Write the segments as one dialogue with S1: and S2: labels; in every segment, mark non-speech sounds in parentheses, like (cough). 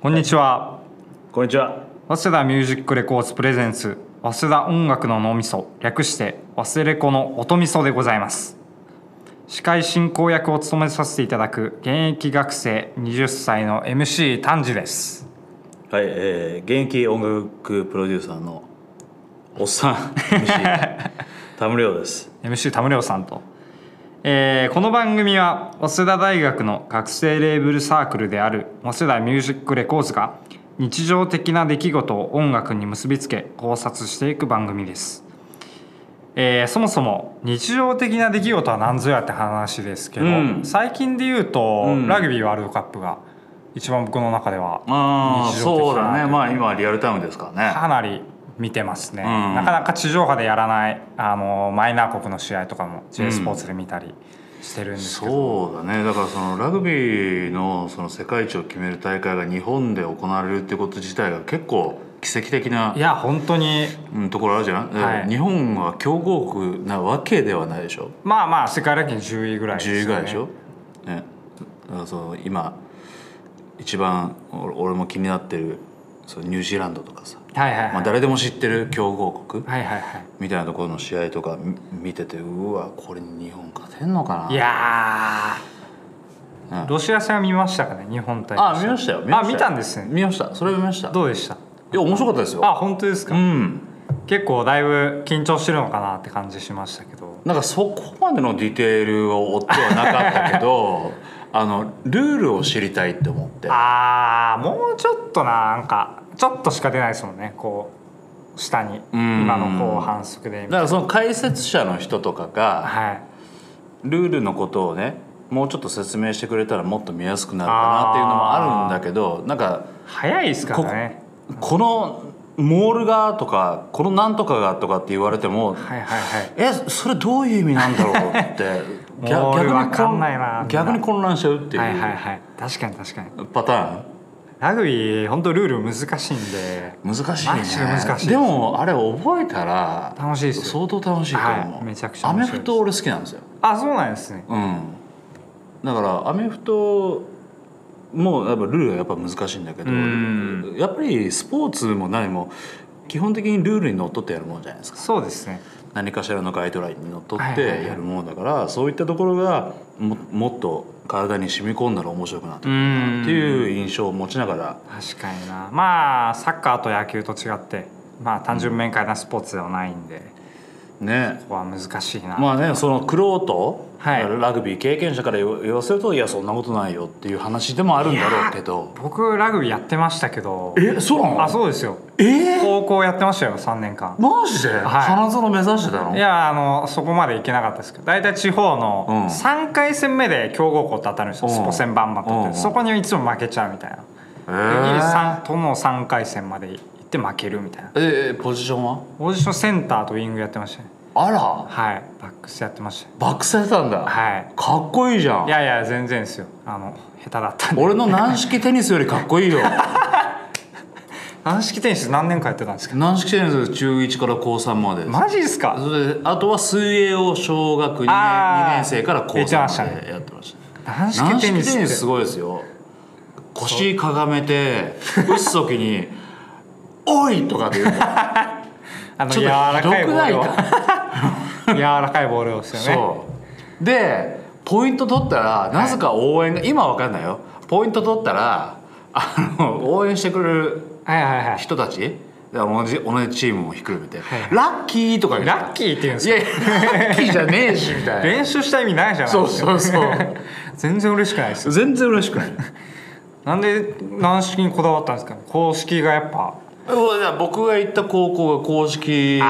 S1: こんにちは
S2: こんにちは。
S1: 早稲田ミュージックレコースプレゼンツ早稲田音楽の脳みそ略して早稲レコの音みそでございます司会進行役を務めさせていただく現役学生20歳の MC 丹治です
S2: はい、えー、現役音楽プロデューサーのおっさん (laughs) MC タムレオです。
S1: MC 田村さんと、えーこの番組は早稲田大学の学生レーブルサークルである早稲田ミュージックレコーズが日常的な出来事を音楽に結びつけ考察していく番組です、えーそもそも日常的な出来事は何ぞやって話ですけど、
S2: うん
S1: 最近で言うと、
S2: うん
S1: ラグビーワールドカップが一番僕の中では
S2: ああ、
S1: 日常的だな
S2: そうだね。まあ今リアルタイムですからね。
S1: かなり見てますね、
S2: うん
S1: なかなか地上波でやらないあのマイナー国の試合とかも J スポーツで見たりしてるんですけど、
S2: そうだね。だからそのラグビーのその世界一を決める大会が日本で行われるってこと自体が結構奇跡的ない
S1: や本当に
S2: うんところあるじゃん。
S1: はい
S2: 日本は強豪国なわけではないでしょ。
S1: まあまあ世界ランキング10位ぐらいですよ
S2: 10
S1: ね
S2: 位ぐらいでしょ、ね、だからその今一番お俺も気になってるそのニュージーランドとかさ、
S1: はいはいはい、
S2: まあ、誰でも知ってる強豪国
S1: はいはいは
S2: みたいなところの試合とかみ見ててうわこれに日本勝てんのかない
S1: いやー、
S2: うん
S1: ロシア戦は見ましたかね日本対ロシア
S2: あ見ましたよました
S1: あ見たんですね
S2: 見ましたそれ見ましたい
S1: どうでした
S2: や面白かったですよ
S1: あ本当です
S2: う
S1: か、
S2: ん
S1: 結構だいぶ緊張してるのかなって感じしましたけど
S2: なんかそこまでのディテールを追ってはなかった
S1: (laughs)
S2: けどあのルールを知りたいって思って
S1: あーもうちょっとななんかちょっとしか出ないですもんねこう下に
S2: ん
S1: 今のこう反則でみた
S2: だ
S1: い
S2: からその解説者の人とか
S1: な
S2: が
S1: はい
S2: ルールのことをねもうちょっと説明してくれたらもっと見やすくなるかなっていうのもあるんだけどなんか
S1: 早いですからね
S2: このモールがとかこのなんとかがとかって言われても、
S1: はいはいはい
S2: えそれどういう意味なんだろうって
S1: (laughs) モールわかんないな
S2: 逆に混乱しちゃうってい
S1: はいはいうはい確かに確かに
S2: パターン、
S1: ラグビー本当ルール難しいんで
S2: 難しい
S1: マジで難しいで
S2: ね
S1: す
S2: でもあれ覚えたら
S1: 楽しいですよ
S2: 相当楽しいと思う、
S1: はいめちゃくちゃ
S2: ア
S1: 面
S2: メ
S1: 白いです
S2: フト俺好きなんですよ
S1: あそうなんですね
S2: うん、だからアメフトもやっぱルールはやっぱ難しいんだけど、
S1: うん
S2: やっぱりスポーツも何も基本的にルールにのっとってやるもんじゃないですか
S1: そうですね
S2: 何かしらのガイドラインにのっとっ
S1: はいはいは
S2: て
S1: い
S2: やるものだから、そういったところがももっと体に染み込んだら面白くなってくる
S1: ん
S2: っていう印象を持ちながら、
S1: 確かになまあサッカーと野球と違ってまあ単純明快なスポーツではないんで
S2: ね
S1: ここは難しいな、
S2: まあねその玄人、
S1: はい
S2: ラグビー経験者から言わ言わせるといやそんなことないよっていう話でもあるんだろうけど
S1: 僕ラグビーやってましたけど
S2: えそうなの
S1: あそうですよ
S2: えー
S1: 高校やってましたよ3年間
S2: マジで、
S1: はい
S2: 花園目指してたの
S1: いやあのそこまで行けなかったですけど大体地方
S2: うん
S1: の3回戦目で強豪校と当たるんですよ、
S2: うん
S1: スポセンバンバンと
S2: う
S1: っ
S2: ん
S1: てそこにいつも負けちゃうみたいな、
S2: え
S1: イギリス
S2: ー
S1: さんとの3回戦まで行って負けるみたいな
S2: えーポジションは
S1: オーディションセンターとウイングやってましたね
S2: あら
S1: はいバックスやってましたね
S2: バックされたんだ、
S1: はい
S2: かっこいいじゃん
S1: いやいや全然ですよあの下手だったんで
S2: 俺の軟式テニスよりかっ
S1: (laughs)
S2: こいいよ
S1: 軟式テニス何年かやってたんですか
S2: 軟式テニス中1から高3まで、
S1: マジですか
S2: それであとは水泳を小学 2, 年
S1: あー
S2: 二年生から高
S1: やってました
S2: 3
S1: ね
S2: までやってました
S1: 軟式テニ
S2: 軟式
S1: ス
S2: テ
S1: っ
S2: ニ
S1: て
S2: スすごいですよ腰かがめ
S1: (laughs)
S2: て打つ時に「おい!」とかって言うんだよ
S1: あの
S2: ちょ
S1: 柔
S2: っと
S1: らかいボールを
S2: ひど
S1: (laughs)
S2: く
S1: 柔らかいボールをですよね
S2: そうでポイント取ったらなぜか応援が、今わかんないよポイント取ったらあの応援してくれる
S1: はいはいはい
S2: 人たち同じ同じチームをひっくるめて「
S1: はい
S2: ラッキー!」とか言う
S1: ラッキーって言うんです
S2: い
S1: か
S2: やいやラッキーじゃねえしみたいな
S1: 練習した意味ないじゃない
S2: そう
S1: ですか
S2: そうそう
S1: 全然嬉しくないですよ
S2: 全然嬉しくない
S1: なんで軟式にこだわったんですか公式がやっぱ
S2: 僕が行った高校が公式が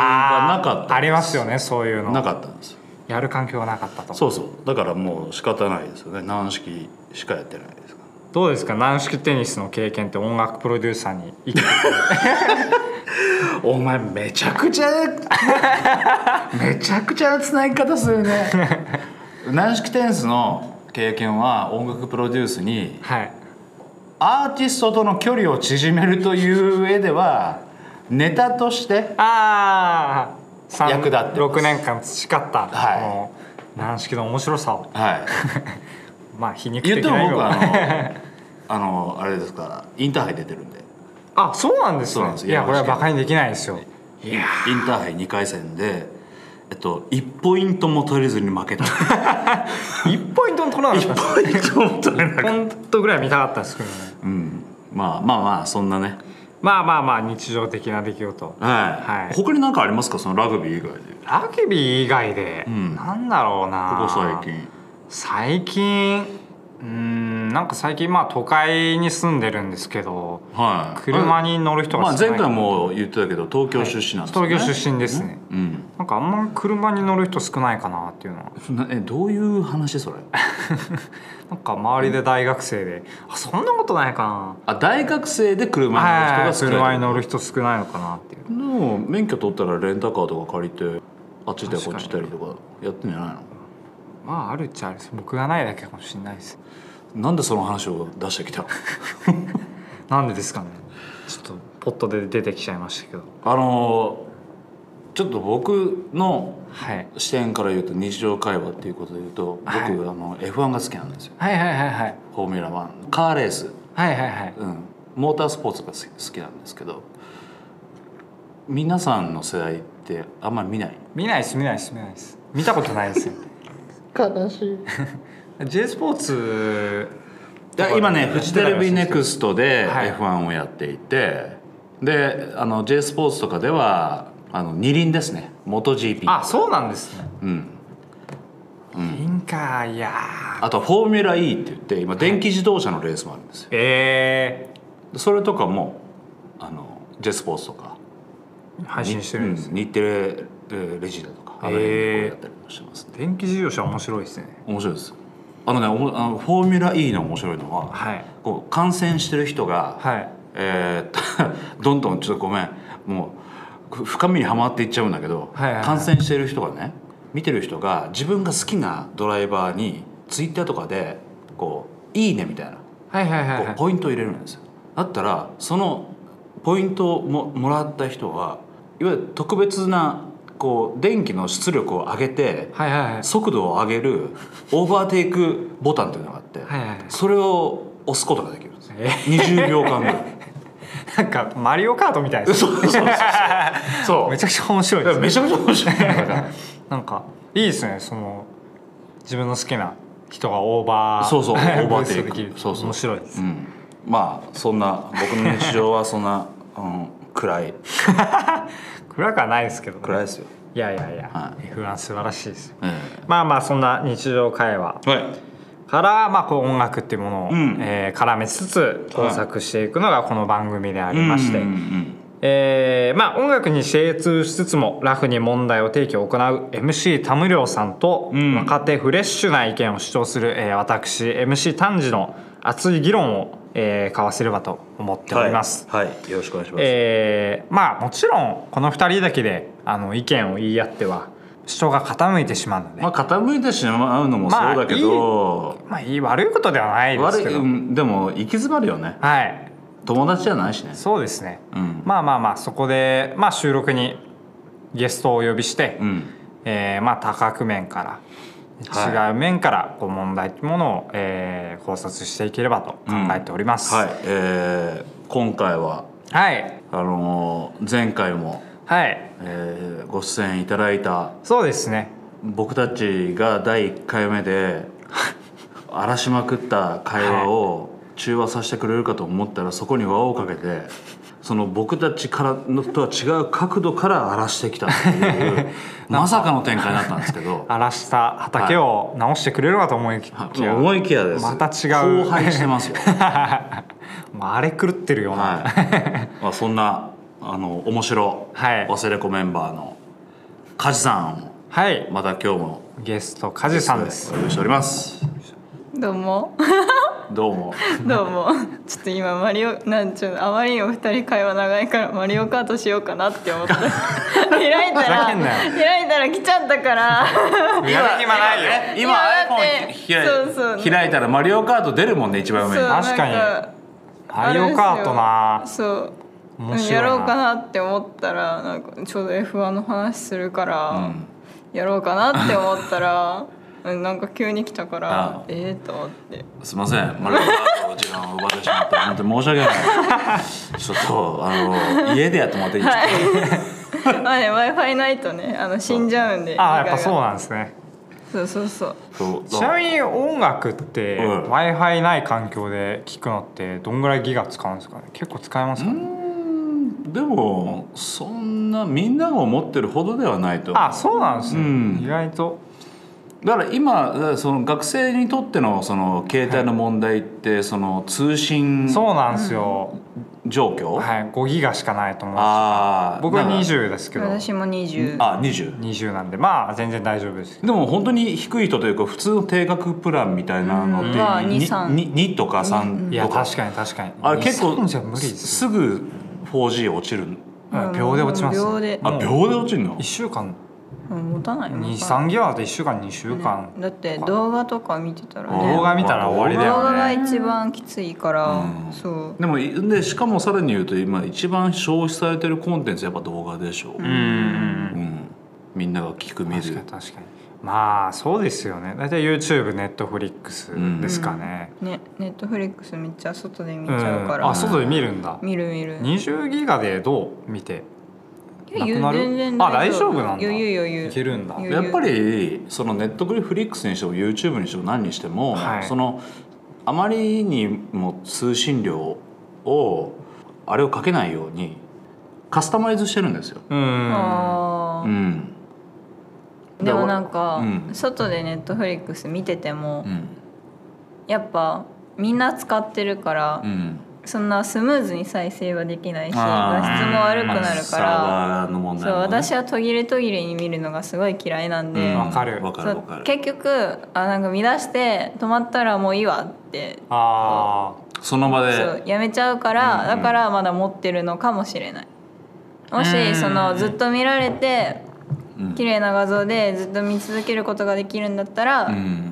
S2: なかった
S1: ありますよねそういう
S2: な
S1: の
S2: かったんですよ
S1: やる環境がなかったと
S2: そうそうだからもう仕方ないですよね軟式しかやってないですから
S1: どうですか軟式テニスの経験って音楽プロデューサーに生きて
S2: お前めちゃく (laughs) ちゃめちゃくちゃな繋ぎ方するね軟式テニスの経験は音楽プロデュースに
S1: (laughs) はい
S2: アーティストとの距離を縮めるという上ではネタとして
S1: ああ
S2: 役立ってます
S1: 6年間培った、
S2: はい
S1: この軟式の面白さを
S2: はい
S1: まあ皮肉
S2: 言っ
S1: 的
S2: て
S1: な意
S2: も
S1: 味
S2: (laughs) 僕は
S1: は
S2: あのあのあれですからインターハイ出てるんで
S1: あそうなんです,、ね、
S2: そうなんです
S1: いやこれはバ
S2: 山口県
S1: カにできないですよ
S2: インターハイ2回戦で、えっと、1ポイントも取れずに負け (laughs) た
S1: 1ポイントも取らなかった
S2: 1ポイントも取れな
S1: 1
S2: かった、
S1: ポイントぐらい見たかったですけどね
S2: うん、まあまあまあそんなね
S1: まあまあまあ日常的な出来事
S2: はい、
S1: はい
S2: 他に何かありますかそのラグビー以外で
S1: ラグビー以外で、
S2: うん
S1: なんだろうな
S2: ここ最近
S1: 最近うーんなんか最近まあ都会に住んでるんですけど
S2: はい
S1: 車に乗る人
S2: ま
S1: が
S2: あ、
S1: 少ない、
S2: 前回も言ってたけど東京出身なんですよね、
S1: 東京出身ですね、
S2: うん
S1: なんかあんま車に乗る人少ないかなっていうのは
S2: なえどういう話それ
S1: なんか周りで大学生で、あそんなことないか
S2: あ大学生で車
S1: な
S2: に乗
S1: はい
S2: る人が少な
S1: 車
S2: い
S1: に乗る人少ないのかなっていう
S2: でも免許取ったらレンタカーとか借りてあっち行ったりこ
S1: 確か
S2: っち
S1: に
S2: 行ったりとかやってんじゃないの
S1: まああるっちゃあるです僕がないだけかもしれないです
S2: なんでその話を出して
S1: (laughs)
S2: きた
S1: なんでですかねちょっとポットで出てきちゃいましたけど
S2: あのーちょっと僕の
S1: はい
S2: 視点から言うと日常会話っていうことで言うと僕、
S1: はい
S2: あの F1 が好きなんですよ
S1: はいはいはいはい
S2: フォーミュラ1カーレース
S1: はいはいはい
S2: うん、モータースポーツが好き好きなんですけど皆さんの世代ってあんまり見ない
S1: 見ないです見ないです見ないです見たことないですよ
S2: 悲しい
S1: J スポーツ
S2: 今ねフジテレビネク
S1: ス
S2: ストで
S1: はい
S2: F1 をやっていて、であの J スポーツとかではあの二輪ですね MotoGP
S1: あそうなんですね
S2: うん、
S1: インカーいやー
S2: あとフォーミュラ E って言って今電気自動車のレースもあるんですよ、
S1: え
S2: それとかもあの J スポーツとか
S1: ー、配信してるんです、
S2: うん日テレえーレジだとかあの辺でこうやったりもしてますね
S1: 電気自動車面白いですね
S2: 面白いですあのねおもあのフォーミュラ E の面白いのは、
S1: はい
S2: こう感染してる人が、
S1: はい
S2: えー (laughs) っとどんどんちょっとごめんもうふ深みにはまっていっちゃうんだけど、
S1: はいはいはい
S2: 感染してる人がね見てる人が自分が好きなドライバーにツイッターとかでこう「いいね」みたいな
S1: はいはいはい
S2: こ
S1: は
S2: う
S1: い
S2: ポイントを入れるんですよだったらそのポイントをももらった人はいわゆる特別なこう電気の出力を上げて
S1: はいはいはい
S2: 速度を上げるオーバーテイクボタンというのがあって、
S1: はいはい
S2: それを押すことができるんですよ
S1: え
S2: 20秒間ぐらい
S1: (laughs) なんかマリオカートみたいです
S2: そうそうそうそう
S1: めちゃくちゃ面白い
S2: い
S1: です
S2: やめちゃくちゃ面白いだから
S1: (laughs) なんかいいですねその自分の好きな人がオーバー
S2: そ
S1: (laughs)
S2: うそう
S1: ブス
S2: オーバーテイク
S1: できる
S2: そうそう
S1: 面白いです、
S2: うんまあそんな僕の日常はそんな、うん、暗い
S1: 暗くはないですけど、
S2: 暗いですよ、
S1: いやいやいや、
S2: は
S1: F1 素晴らしいですよ
S2: え
S1: まあまあそんな日常会話
S2: えはい
S1: から、まあ、こう音楽っていうものを、
S2: うん
S1: えー絡めつつ工作していくのがこの番組であ
S2: あ
S1: りまして、
S2: うんうん
S1: えーまあ、音楽に精通しつつもラフに問題を提起を行う MC タムリョウさんと、
S2: うん
S1: 若手フレッシュな意見を主張する、えー私 MC 丹治の熱い議論を、えー交わせればと思っております。
S2: はい、はいよろしくお願いします、
S1: えーまあもちろんこの2人だけであの意見を言い合っては主張が傾いてしまうので、
S2: ま
S1: ま
S2: あ傾いてしまうのもそうだけど、
S1: あいい悪いことではないです
S2: 悪
S1: け
S2: い
S1: ど、
S2: うんでも行き詰まるよね
S1: はい
S2: 友達じゃないしね
S1: そうですね、
S2: うん
S1: まあまあまあそこで、まあ、収録にゲストをお呼びして、
S2: うん
S1: えーまあ多角面から、
S2: は
S1: 違う面からこう問題というものを、えー考察していければと考えております、
S2: はいえー今回は
S1: はい、
S2: あのー前回も、
S1: はい
S2: えーご出演いただいた
S1: そうですね
S2: 僕たちが第1回目
S1: (laughs)
S2: で荒らしまくった会話を中和させてくれるかと思ったらそこに輪をかけてその僕たちからのとは違う角度から荒らしてきたっていう
S1: (laughs)
S2: まさかの展開だったんですけど
S1: 荒らした畑を直してくれるかと思いき
S2: は
S1: や、
S2: 思いきやです
S1: また違う
S2: 荒廃し
S1: (laughs)
S2: てますよ
S1: もうあれ狂ってるような、
S2: はい、まあ、そんなあの面白、
S1: はい
S2: 忘れ子メンバーの梶さん
S1: はい、
S2: をまた今日も
S1: ゲスト梶さんです
S2: お呼びしております
S3: どうも
S2: どうも
S3: (laughs) どうもちょっと今マリオなんちゅうのあまりにお二人会話長いからマリオカートしようかなっ
S1: (laughs)
S3: て思った開いた
S1: ふざけ
S3: ら
S1: んなよ
S3: 開いたら来ちゃったから
S1: やる暇ないよ
S2: え今
S3: 今だって
S2: iPhone 開い
S3: そうそう
S2: 開いたら「マリオカート」出るもんね一番上
S3: そう
S2: に
S1: 確かに
S3: なん
S1: マリオカートな
S3: あれですよそう
S1: 面白いな
S3: やろうかなって思った
S1: (laughs)
S3: らなんかちょうど F1 の話するから、やろうかなって思ったらうんなんか急に来たか
S2: ああ
S3: らええと思って
S2: すいませんマリオカートの時間を奪ってしまって本当に申し訳ないちょっとあの家でやってもらっていい
S1: (laughs)
S2: ですか、
S3: まあね w i f i ないとねあの死んじゃうんで
S1: ああやっぱそう
S3: う
S1: なんですね
S3: そうそうそう
S2: そう
S1: ちなみに音楽って
S2: うん
S1: w i f i ない環境で聞くのってどんぐらいギガ使うんですかね結構使えます
S2: う
S1: か、
S2: ー
S1: ね
S2: んでもそんなみんなが思ってるほどではないと思う
S1: あそうなんですね、
S2: うん
S1: 意外と
S2: だから今その学生にとってのその携帯の問題ってその通信
S1: そうなんですよ、
S2: 状況、
S1: はい5ギガしかないと思うんです
S2: ああ
S1: 僕は
S2: なんか
S1: 20ですけど
S3: 私も20
S2: あ20
S1: 20なんでまあ全然大丈夫です
S2: でも本当に低い人というか普通の定額プランみたいなのって
S1: うん
S3: まあ
S2: に
S3: 2 3
S2: 2, とか3とか
S1: いや確かに確かに
S2: あれ結構
S1: 23じゃ無理ですすよ、
S2: ぐ 4G 落ちるの
S1: はい秒で落ちます
S3: 秒で
S2: あ
S1: もう
S2: 秒で落ちるの
S1: 1週間
S3: うん持たないよ持たな
S1: 23
S3: い
S1: ギガだと1週間2週間、
S3: だって動画とか見てたらね
S1: 動画見たら終わりだ
S3: 動
S1: よ
S3: 画が
S1: ね
S3: 一番きついから、
S2: うん
S3: そう
S2: でもいでしかもさらに言うと今一番消費されてるコンテンツやっぱ動画でしょ、
S1: う
S2: うん
S1: うん
S2: みんなが聞く
S1: うん
S2: 見
S1: 確か
S2: る
S1: に確かにまあそうですよね大体 YouTube ネットフリックスですかね、
S3: ねネットフリックスめっちゃ外で見
S1: うん
S3: ちゃうから、
S1: あ外で見るんだ
S3: 見る見る
S1: 20ギガでどう見て
S3: い
S1: な
S3: や
S1: くなる
S3: 全然
S1: あ大丈夫なんだ
S3: 余裕余裕
S1: いけるんだ
S3: 余裕
S2: やっぱりそのネットフリックスにしても YouTube にしても何にしても、
S1: はい
S2: そのあまりにも通信量をあれをかけないようにカスタマイズしてるんですよ。
S1: うん
S3: あ
S2: う
S3: ー
S2: ん
S3: でもなんか、
S2: うん
S3: 外でネットフリックス見てても、
S2: うん
S3: やっぱみんな使ってるから、
S2: うん、
S3: そんなスムーズに再生はできないし
S2: あー
S3: 画質も悪くなる
S2: まあ
S3: か
S2: サー
S3: ら、
S2: バーの問題
S3: そう
S2: もね
S3: 私は途切れ途切れに見るのがすごい嫌いなん
S2: う
S3: で、
S2: ん
S1: わかる
S2: わか
S3: そ
S2: るわ
S3: う
S2: かる
S3: 結局あなんか見出して止まったらもういいわって
S1: あ
S2: その場
S3: そう
S2: で
S3: やめちゃうから、
S2: うんうん
S3: だからまだ持ってるのかもしれないも
S1: う
S3: し
S1: ん
S3: そのずっと見られて
S2: うん
S3: 綺麗な画像でずっと見続けることができるんだったら
S2: う、ん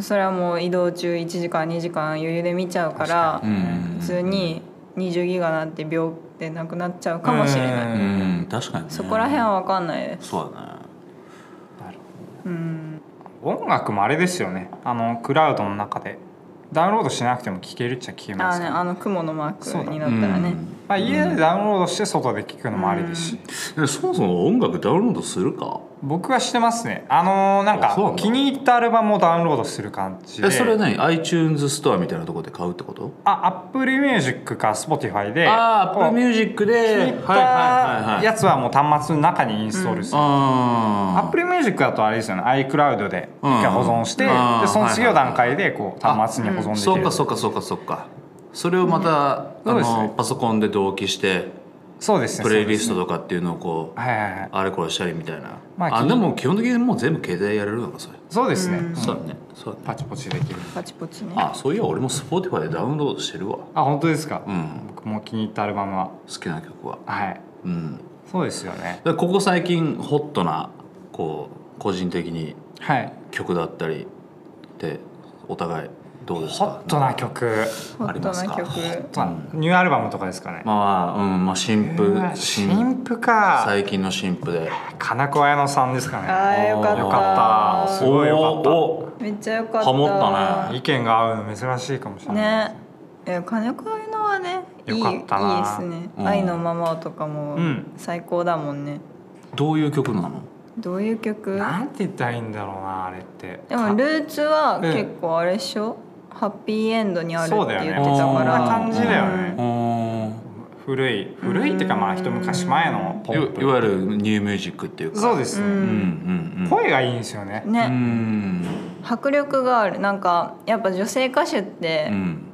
S3: それはもう移動中1時間2時間余裕で見ちゃうから、
S1: 確か
S2: うん
S3: 普通に20ギガなんて秒でなくなっちゃうかもしれない、
S1: うん
S2: うん確かにね
S3: そこら辺は分かんないです
S2: そうだね
S3: うん
S1: ー音楽もあれですよねあのクラウドの中でダウンロードしなくても聴けるっちゃ聴け
S3: あ
S1: ま
S3: あ
S1: す
S3: ね
S1: から
S3: あの雲のマークになったらね、
S1: まあ、家でダウンロードして外で聴くのもありですし、
S2: うんえそもそも音楽ダウンロードするか
S1: 僕はしてますねあのーなん
S2: あそうな
S1: か
S2: んだ
S1: 気に入ったアルバムをダウンロードする感じで
S2: えそれは何 iTunes ストアみたいなところで買うってこと
S1: あ Apple Music か Spotify で
S2: ああ Apple
S1: こ
S2: Music では
S1: う
S2: い
S1: 気に
S2: は
S1: 入
S2: い
S1: っ
S2: は
S1: た
S2: いはい
S1: やつはもう端末の中にインストールする、
S2: あ
S1: Apple Music だとあれですよね iCloud で一回保存して、
S2: うんうん
S1: でその次の
S2: はいはい
S1: 段
S2: はい
S1: 階でこう端末に保存
S2: ー
S1: でき
S2: そ
S1: る、
S2: うかそうかそうかそうかそれをまた、
S1: うんそう
S2: あ
S1: です
S2: の
S1: ね
S2: パソコンで同期して
S1: そうですね
S2: プレイリス
S1: ト
S2: トとかっていうのをこう
S1: はいはいはい
S2: あれこれしたりみたいな、
S1: まあ
S2: あ、でも基本的にもう全部携帯やれるのかそれ、
S1: そうですね、
S3: うん
S1: うん
S2: そうだねそうだね
S1: パチパチできる
S3: パチパチね
S2: あそういや俺も Spotify でダウンロードしてるわ
S1: あ本当ですか、
S2: うん
S1: 僕も気に入ったアルバムは
S2: 好きな曲は
S1: はい
S2: うん
S1: そうですよね
S2: でここ最近ホットなこう個人的に
S1: はい
S2: 曲だったりってお互いどうです
S1: ホ
S2: か
S1: ットな曲、
S3: ホットな
S2: あり
S3: 曲
S2: ますか
S1: まあニューアルバムとかですかね、
S2: まあうんまあ新婦
S1: うわ
S2: 新
S1: 新婦か
S2: 最近の新婦で
S1: 金子綾乃さんですか
S3: あ
S1: ね
S3: ーよかった
S1: よかったすごいよかった
S2: おお
S3: めっちゃよかった
S2: ハモった
S1: 意見が合うの珍しいかもしれない
S3: ねえ金子愛のはねいいいい
S1: よかったな
S3: ですね、
S2: うん
S3: 愛のままをとかも
S1: うん
S3: 最高だもんね、
S2: どういう曲なの
S3: どういう曲
S1: なんて言ったらいいんだろうなあれって
S3: でも
S1: か
S3: ルーツは
S1: うん
S3: 結構あれっしょ、ハッピーエンドにあるって
S1: そ
S3: 言っ
S1: うだよね
S3: てたから、
S1: そんな感じだよ
S3: うん
S1: ね
S2: うん
S1: 古い古いっていうかまあ一昔前のポ
S2: いわ
S1: ップ
S2: いわゆるニューミュージックっていうか
S1: そう
S2: す
S1: ですね、
S3: う
S2: うんんうんうん
S1: 声がいいんですよね
S2: う
S3: ね、
S2: ん
S3: 迫力があるなんかやっぱ女性歌手っ
S2: う
S3: て
S2: ん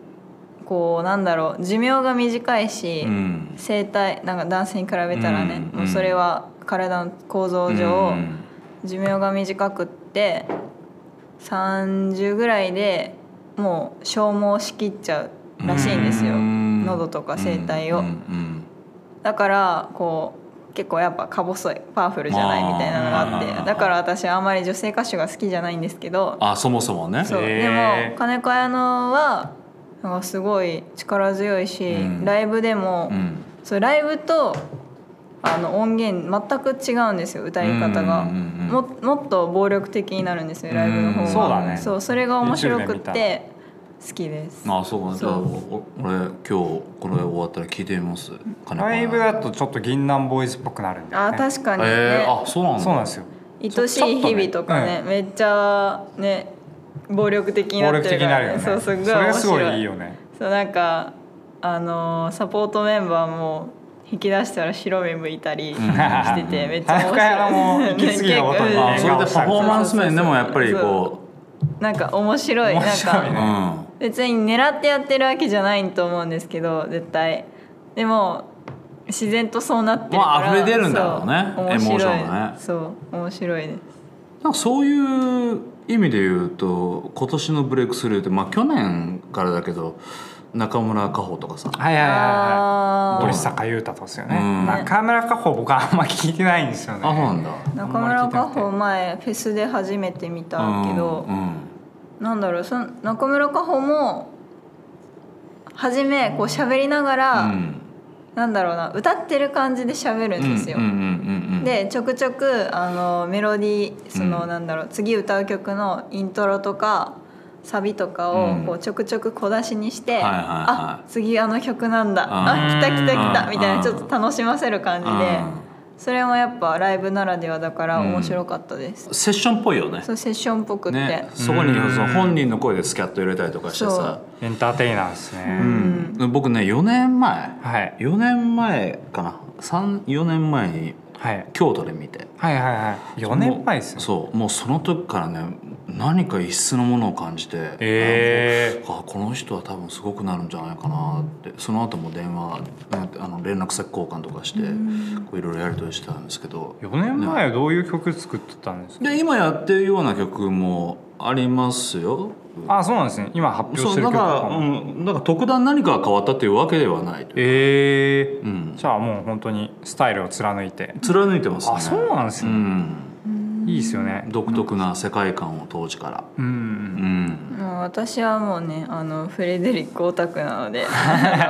S3: こうなんだろう寿命が短いし、
S2: うん
S3: 声帯なんか男性に比べたらね、
S2: うん
S3: もうそれは体の構造上、
S2: うん
S3: 寿命が短くって30ぐらいでもう消耗しきっちゃうらしいんですよ、
S2: うん
S3: 喉とか声帯を
S2: うんうん
S3: だからこう結構やっぱか細いパワフルじゃないみたいなのがあっ
S2: あー
S3: てだから私はあまり女性歌手が好きじゃないんですけど
S2: あそもそもね
S3: そう
S1: へ
S3: で
S1: ー
S3: も金子綾乃はなんかすごい力強いし、
S2: うん
S3: ライブでも、
S2: うん
S3: そうライブとあの音源全く違うんですよ歌い方が
S2: うんうんうんうん
S3: ももっと暴力的になるんですよライブの方が
S1: うんそうだね
S3: そうそれが面白くっ
S1: YouTube で
S3: て好きです
S2: ああそうかじゃあ
S3: そう
S2: お俺今日これ終わったら聞いてみます金子
S1: ライブだとちょっと銀杏ボーイズっぽくなるんで、ね、
S3: あ確かにね、
S2: えー、あそうなんだ
S1: そうなんですよ
S3: 愛しい日々とかねめっちゃね暴力的にな
S1: 暴
S3: って
S1: 力的
S3: るか
S1: になる
S3: ら、
S1: よね
S3: そうすごい面
S1: そ
S3: 白
S1: れ
S3: い
S1: がすごいいいよね
S3: そうなんかあのーサポートメンバーも引き出したら白目向いたりしてて、めっちゃ
S1: 田中屋も
S3: 面白い
S1: 息継ぎがわかんな
S2: あ
S1: い
S3: (laughs)
S2: それでパフォーマンス面でもやっぱりこ
S3: なんか面白い
S1: 面白い
S3: なん
S1: ね
S2: う
S3: か
S2: うん
S3: 別に狙ってやってるわけじゃないと思うんですけど絶対でも自然とそうなってるから、
S2: まあ溢れ出るんだろうね
S3: そ面白い
S2: エモーションがね
S3: そう面白いです
S2: なんかそういう意味で言うと今年のブレイクスルーってまあ去年からだけど中村佳穂とかさ
S1: はいはいはいはい
S3: あー
S1: 森坂優太とかですよね、
S2: うん
S1: 中村佳穂僕あんま聞いてないんですよね
S2: あそうなんだ
S3: 中村佳穂前フェスで初めて見たけど、
S2: うんうん
S3: なんだろうその中村佳穂も初めこう喋りながら、
S2: うん
S3: なんだろうな歌ってる感じで喋るんですよ。
S2: うんうんうんうん
S3: でちょくちょくあのメロディーその、
S2: うん
S3: なんだろう次歌う曲のイントロとかサビとかを
S2: うん
S3: こうちょくちょく小出しにして、
S2: はいはいはい
S3: あ次あの曲なんだ
S2: うん
S3: あ来た来た来た
S2: うん
S3: みたいなちょっと楽しませる感じでそれもやっぱライブならではだから面白かったです
S2: う、んセッションっぽいよね
S3: そうセッションっぽくって、
S2: ねそこに
S1: うん
S2: その本人の声でスキャット入れたりとかしてさ
S1: エンターテイナーですね、
S3: う
S2: うん僕ね4年前
S1: はい
S2: 4年前かな34年前に
S1: はい
S2: 京都で見て
S1: はいはいはい4年前ですね
S2: そうもうその時からね何か異質のものを感じて
S1: え
S2: あこの人は多分すごくなるんじゃないかなってその後も電話なんてあの連絡先交換とかしてこういろいろやり取りしてたんですけど
S1: ー、4年前はどういう曲作ってたんですか、
S2: で今やってるような曲もありますよ
S1: あそうなんですね今発表し
S2: そう
S1: てる
S2: だ
S1: 曲と
S2: から、
S1: かも
S2: うん、だから特段何かが変わったっていうわけではないという、
S1: えー
S2: うん、
S1: じゃあもう本当にスタイルを貫いて
S2: 貫いてますね
S1: あそうなんです
S2: う
S1: ね、
S2: ん
S1: いいですよね
S2: 独特な世界観を当時から
S1: う
S2: うんん
S3: もう私はもうねあのフレデリックオタクなので
S2: (laughs)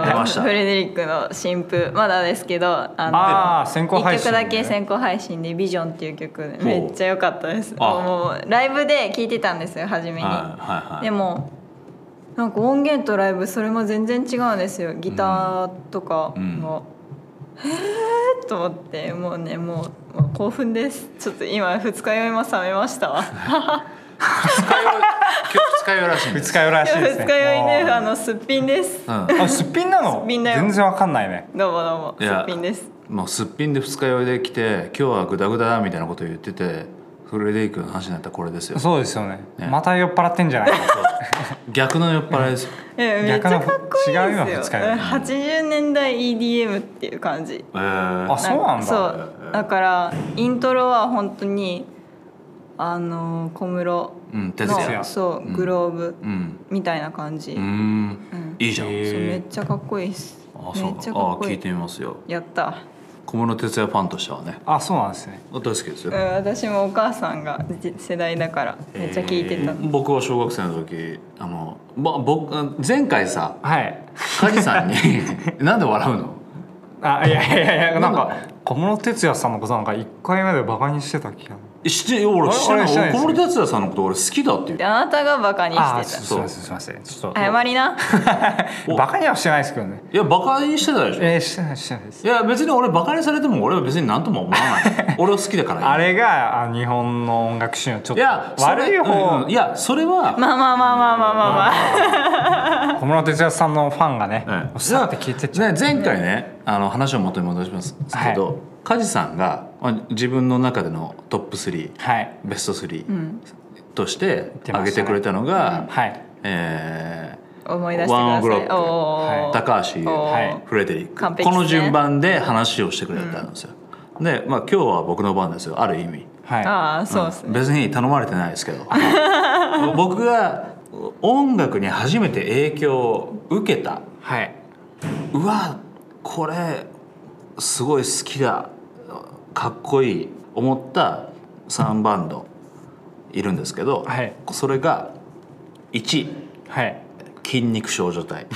S2: 出ました
S3: フレデリックの新譜まだですけど
S1: あ
S3: あ
S1: あ先
S3: の
S1: 行
S3: 1
S1: 配信
S3: 曲
S1: ね、
S3: だけ先行配信で「ビジョンっていう曲
S2: う
S3: めっちゃ良かったです
S2: あ
S3: もうライブで聴いてたんですよ初めに、
S2: はいはいはい
S3: でもなんか音源とライブそれも全然違うんですよギターとか
S2: うんうん
S3: も、えーと思ってもうねもうもう興奮ですちょっと今二日酔いも冷めましたわ
S2: 使いよう今日使いようらしいんで
S1: 二
S2: す
S1: 日酔いらしいですね
S3: 二日酔いね
S1: あ
S3: あのすっぴんです
S2: うん
S1: ーあすっぴんなの
S3: すっぴんだよ
S1: 全然わかんないね
S3: どうもどうも
S2: い
S3: す
S2: や
S3: っぴんです
S2: もうすっぴんで二日酔いで来て今日はグダグダだみたいなこと言っててフレデリックの話になったらこれですよ
S1: そうですよね
S2: ね
S1: また酔っ払ってんじゃないか
S2: 逆の酔っ払いですよ
S3: えめっちゃかっこいい
S1: 逆の違うよ二
S3: で
S1: 日
S3: す
S1: 酔い
S3: よ八十年代 EDM っていう感じ
S2: え
S1: あ
S2: ー、
S1: そうなんだ
S3: そうだからイントロは本当にあの小室
S2: うん哲
S1: 也
S3: のそううんグローブ
S2: うん
S3: みたいな感じ、
S2: うー
S3: うん
S2: んいいじゃん、
S1: へー
S3: そうめっちゃかっこいいです
S2: あそ
S3: め
S2: う
S3: っちゃか
S2: あ
S3: っこい
S2: 聞
S3: い
S2: いてみますよ
S3: やった
S2: 小室哲也ファンとしてはね
S1: あそうなんですね
S2: 大好きです
S3: うん
S2: よ、
S3: 私もお母さんがじ世代だからめっちゃ聞いてた、
S2: 僕は小学生の時あの、ま、僕あ前回さ
S1: はい
S2: 梶
S1: (laughs)
S2: さんになんで笑うの
S1: あいやいやいやなん
S2: な
S1: か小室哲哉さんのことなんか一回目でバカにしてた気が
S2: して俺
S1: 俺
S2: してない
S1: 俺してないです
S2: 小室哲哉さんのこと俺好きだって言っ
S3: で
S2: て
S3: あなたがバカに
S1: あ
S3: し
S1: す
S3: てた
S1: すいませんすいませんちょっ
S3: 謝りな
S1: とバカにはしてないですけどね
S2: いやバカにしてたでしょ
S1: えー、してないしてないです
S2: いや別に俺バカにされても俺は別に何とも思わない俺は好きだからいい
S1: あれがあ日本の音楽シーンをちょっ
S2: いや
S1: と悪い
S2: それ
S1: 方
S2: うんいやそれは、
S3: まあまあまあまあまあまあまあ
S1: 小室哲哉さんのファンがね
S2: うん
S1: おっさって聞いてっちゃう
S2: ね、前回ねあの話を元に戻しますけど、梶さんがまあ自分の中でのトップ3
S1: はい
S2: ベスト3、
S3: ん
S2: として
S1: てま
S2: 挙
S1: したね
S2: げてくれたのが、
S1: はい
S2: え
S3: 思い出してください。
S2: ワンオブロック
S3: おー
S1: は
S2: ー
S1: い
S2: 高橋、
S3: おー
S1: はい
S2: フレデリック、
S3: 完璧
S2: こ
S3: ですね
S2: の順番で話をしてくれたんですよ。で、まあ、今日は僕の番ですよある意味。
S1: はい
S3: ああ、そうですね。
S2: 別に頼まれてないですけど (laughs) 僕が音楽に初めて影響を受けた
S1: はいう
S2: わこれすごい好きだかっこいい思った3バンドいるんですけど、
S1: はい
S2: それが1
S1: はい
S2: 筋肉少
S1: (laughs)
S2: 女隊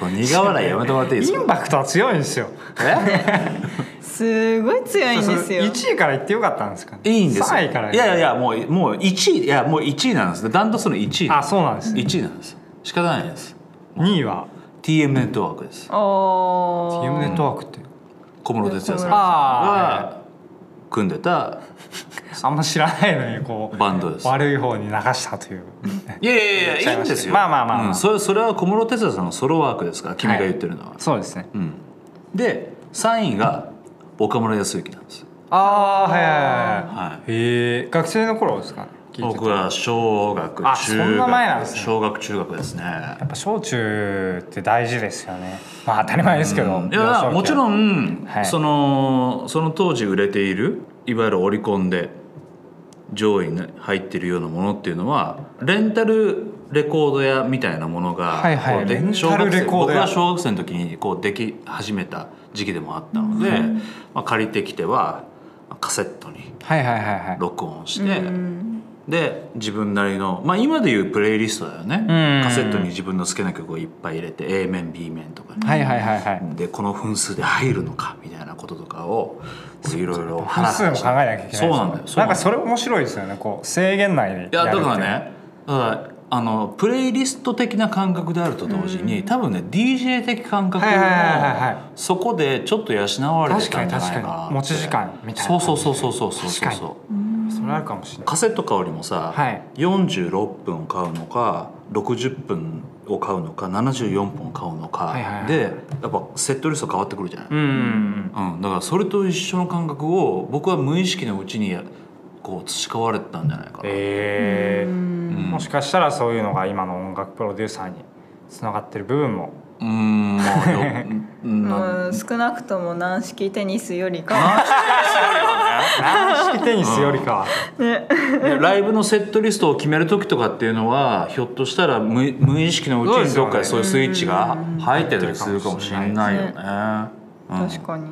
S2: そう苦笑いやめてもらっていいです
S1: イ
S2: か
S1: ンパクトは強いんですよ
S2: え
S3: すごい強いんですよ
S1: 1位から言ってよかったんですかね
S2: いいんですよ
S1: 3
S2: い
S1: 位から
S2: やいやいやもうもう1位いやもう1位なんですダントツの1位
S1: あそうなんですね
S2: 1位なんです仕方ないです
S1: 2位は
S2: TM ネットワークです
S3: お
S1: TM ネットワークって
S2: 小室哲哉さん
S1: あ
S2: が組んでた
S1: あんま知らないのにこう
S2: バンドです
S1: 悪い方に流したという
S2: いやいやいやいいんですよ
S1: まあまあまあまあ
S2: うんそれそれは小室哲哉さんのソロワークですから君が言ってるのは、
S1: そうですね
S2: うん、で3位が岡村康之なんです
S1: ああはいはい
S2: は
S1: はいへえ学生の頃ですかね聞いて
S2: い
S1: た
S2: 僕は小学中
S1: あ
S2: 学
S1: そんな前なんですね
S2: 小学中学ですね
S1: やっぱ小中って大事ですよねまあ当たり前ですけど、
S2: いやもちろ
S1: ん
S2: ん、
S1: はい
S2: そのその当時売れているいわゆるオリコンで上位に入ってるようなものっていうのはレンタルレコード屋みたいなものが、
S1: はいはい
S2: こうで
S1: レンタル
S2: 小学生
S1: レコード
S2: 僕
S1: 屋
S2: が小学生の時にこうでき始めた時期でもあったので、まあ、借りてきてはカセットに
S1: はいはいはいはい
S2: 録音し
S3: う
S2: て、
S3: ん
S2: で自分なりの、まあ、今でいうプレイリストだよね、
S1: うん
S2: カセットに自分の好きな曲をいっぱい入れて A 面 B 面とかね、
S1: はいはいはいはい
S2: でこの分数で入るのかみたいなこととかをこういろいろ
S1: 分数も考えなきゃいけないです
S2: そ
S1: ね
S2: うなんだよ
S1: なんかそうれ面白いですよねこう制限内でやるって
S2: なんだよいやだからねだからあのプレイリスト的な感覚であると同時に、多分ね DJ 的感覚も、
S1: はいはいはいはいは
S2: そこでちょっと養われてたんじゃないかな
S1: 確かに確かに持ち時間みたいな
S2: そうそうそうそうそうそう
S1: 確か
S2: そう
S1: それあるかもしれない
S2: カセット買うよりもさ、
S1: はい
S2: 46分を買うのか60分を買うのか74分を買うのか、
S1: はいはいはい
S2: でやっぱセットリスト変わってくるじゃない、
S1: うんうん
S2: うん、だからそれと一緒の感覚を僕は無意識のうちにやこう培われてたんじゃないかな、
S1: え
S3: う
S1: ー
S3: ん
S2: うん
S1: もしかしたらそういうのが今の音楽プロデューサーにつながってる部分も
S2: うーんまあようん
S1: (laughs)
S2: なん
S3: もう少なくとも軟式テニスよりか
S1: 軟式テニスよりかは
S3: (laughs)
S2: でライブのセットリストを決める時とかっていうのはひょっとしたら無無意識のうちにどっかでそういうスイッチが入ってたりするかもしれないよね。うん
S3: 確かに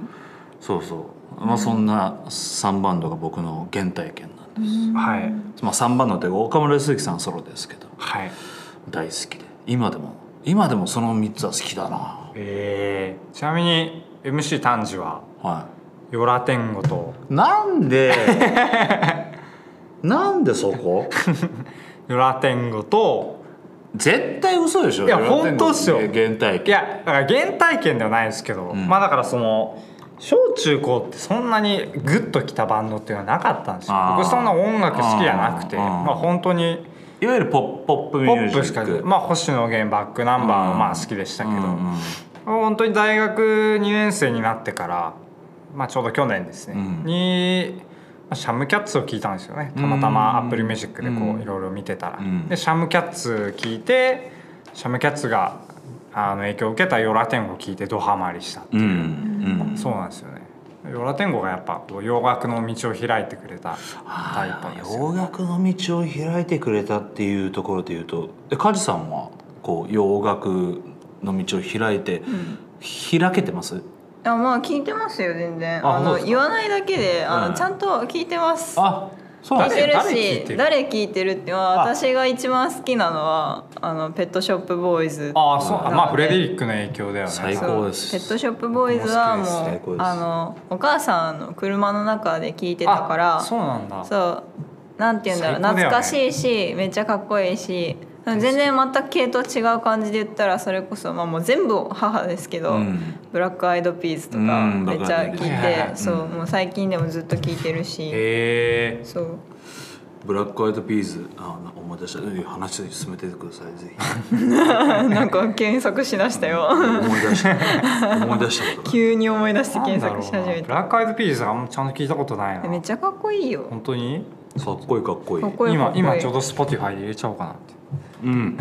S2: そうそう、まあ、そんな3バンドが僕の原体験なんで
S1: はい
S2: す、まあ、3バンドって岡村鈴木さんソロですけど
S1: はい
S2: 大好きで今でも今でもその3つは好きだな
S1: えーちなみに MC 丹治は
S2: は
S1: ヨラテンゴと
S2: いなん (laughs) でなんでそこ
S1: ヨラテンゴと
S2: 絶対嘘でしょ
S1: いや
S2: 裏天
S1: 本当っすよ
S2: 国原体
S1: い
S2: 験
S1: やだから原体験ではないですけど、
S2: ん
S1: まあだからその小中高ってそんなにグッときたバンドっていうのはなかったんですよ
S2: あー
S1: 僕そんな音楽好きじゃなくて
S2: あー
S1: まあ本当に
S2: いわゆるポップポップミ
S1: ポ
S2: ュー
S1: ッ
S2: ジ
S1: プしか
S2: ック
S1: まあ星野源バックナンバーは
S2: うん
S1: まあ好きでしたけど、
S2: うんうん
S1: 本当に大学2年生になってから、まあ、ちょうど去年ですね、
S2: うん
S1: にまあシャムキャッツを聞いたんですよねたまたまア
S2: うん
S1: ップルミュージックでこ
S2: うん
S1: ういろいろ見てたら、
S2: うん
S1: でシャムキャッツ聞いてシャムキャッツがあの影響を受けたヨラテンゴを聞いてドハマりした、
S2: うんうん
S1: そうなんですよねヨラテンゴがやっぱこう洋楽の道を開いてくれたタイプなんですよ
S2: 洋楽の道を開いてくれたっていうところで言うとえ梶さんはこう洋楽の道を開いて、開けてます
S3: あまあ聞いてますよ全然
S2: あそう
S3: あの
S2: ですか
S3: 言わないだけであ
S2: うん
S3: のちゃんと聞いてます
S2: あそうなん
S3: 聞い
S2: です
S3: て
S2: よ
S3: る
S1: 誰聞いてる
S3: し誰聞いてるってまあ
S2: あ
S3: 私が一番好きなのはあのペットショップボーイズ
S1: ああそうあまあ
S3: な
S1: フ
S3: の
S1: レ
S3: で
S1: デリックの影響だよね
S2: 最
S3: そう
S2: 高です
S3: ペットショップボーイズは
S1: 僕も
S2: 好きです最高
S3: もう
S2: です
S3: あのお母さんの車の中で聞いてたから
S1: あそうなんだ
S3: そうなんて言うんだろう、
S1: 最高だよね
S3: 懐かしいしめっちゃかっこいいし全然全く系統違う感じで言ったらそれこそ、まあ、もう全部母ですけど、
S2: うん
S3: ブラックアイドピースと
S2: う
S3: か
S2: ん
S3: めっちゃ聞
S2: わ
S3: いて、
S1: かるはいはいはい
S3: そううもう最近でもずっと聞いてるし、
S1: へえ
S3: そう
S2: ブラックアイドピーズあな思い出したうん話を進めてくださ
S1: (laughs)
S2: いぜひ
S3: なんか検索しだしたよ
S2: 思い出した思い出したことが
S3: 急に思い出して検索し始め
S1: ブ
S3: て
S1: ラックアイドピースあんまちゃんと聞いたことないな
S3: めっちゃかっこいいよ
S1: 本当に
S2: かっこいいかっこいい
S3: かっこいいか
S1: 今
S3: っこいい
S1: 今ちょうど Spotify で入れちゃおうかなって
S2: うん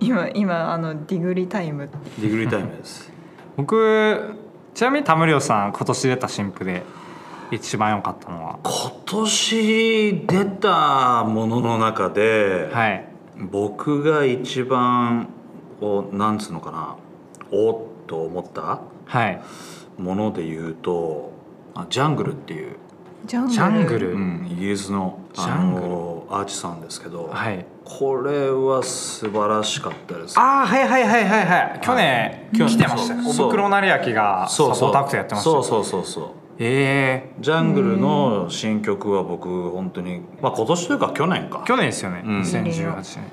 S3: 今今あのディグリタイムって
S2: ディグリータイムです
S1: 僕ちなみにタムリオさん今年出た新譜で一番良かったのは
S2: 今年出たものの中で、
S1: はい
S2: 僕が一番をなんつうのかなおっと思った
S1: はい
S2: もので言うとあジャングルっていう、
S3: ジャングル
S1: ジャングル
S2: うんイギリスの
S1: ジャングル
S2: のアーチさんですけど、
S1: はい
S2: これは素晴らしかったです
S1: ああはいはいはいはいはい去年
S2: 去年
S1: 来てましたねお
S2: そう
S1: 袋成明がサポーターアクトやってました
S2: そう
S1: う
S2: そうそうそう
S1: ええ
S2: ジャングルの新曲は僕本当にまあ今年というか去年か
S1: 去年ですよね、
S2: うん
S1: 2018年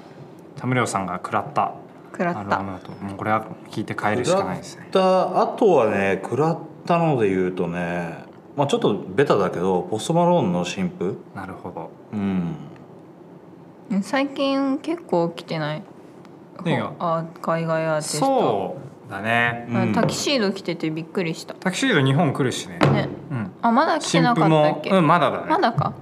S1: 田村さんが食らった
S3: 食ら
S1: アル
S3: っ
S1: バ
S3: た
S1: ムだともうこれは聞いて帰るし
S2: 食
S1: からない
S2: っ
S1: ですね
S2: たあとはね食らったので言うとねまあちょっとベタだけどポストマローンの新譜
S1: なるほど
S2: うん
S3: うん最近結構来てない
S1: 何が
S3: あ海外アーティスト
S1: そうだね
S2: うん
S3: タキシード着ててびっくりした
S1: タキシード日本来るしね
S3: ね
S1: うん
S3: あまだ着て
S1: 新
S3: な
S1: 婦
S3: かった
S1: も
S3: っけ、
S1: うんまだだね
S3: まだか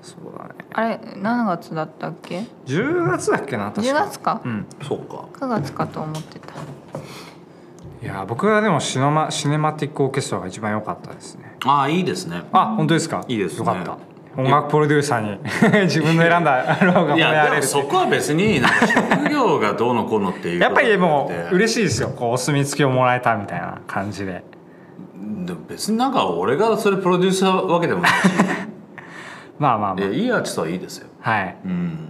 S1: そうだね
S3: あれ何月だったっけ
S1: 10月だっけな確か
S3: 10月か
S1: うん
S2: そうか
S3: 9月かと思ってた
S1: いや僕はでもシネマシネマティックオーケストラが一番良かったですね
S2: ああいいですね
S1: あ本当ですか
S2: いいですね
S1: よかった音楽プロデューサーに (laughs) 自分の選んだアルバムが褒
S2: い
S1: め
S2: や
S1: ら
S2: で
S1: れ
S2: も
S1: るって
S2: そこは別になんか職業がどうのこうのっていう
S1: やっぱりもう
S2: れ
S1: 嬉しいですよこうお墨付きをもらえたみたいな感じで
S2: 別になんか俺がそれプロデューサーわけでもないし
S1: まあまあま
S2: いやいいアーティストはいいですよ
S1: あはい
S2: うん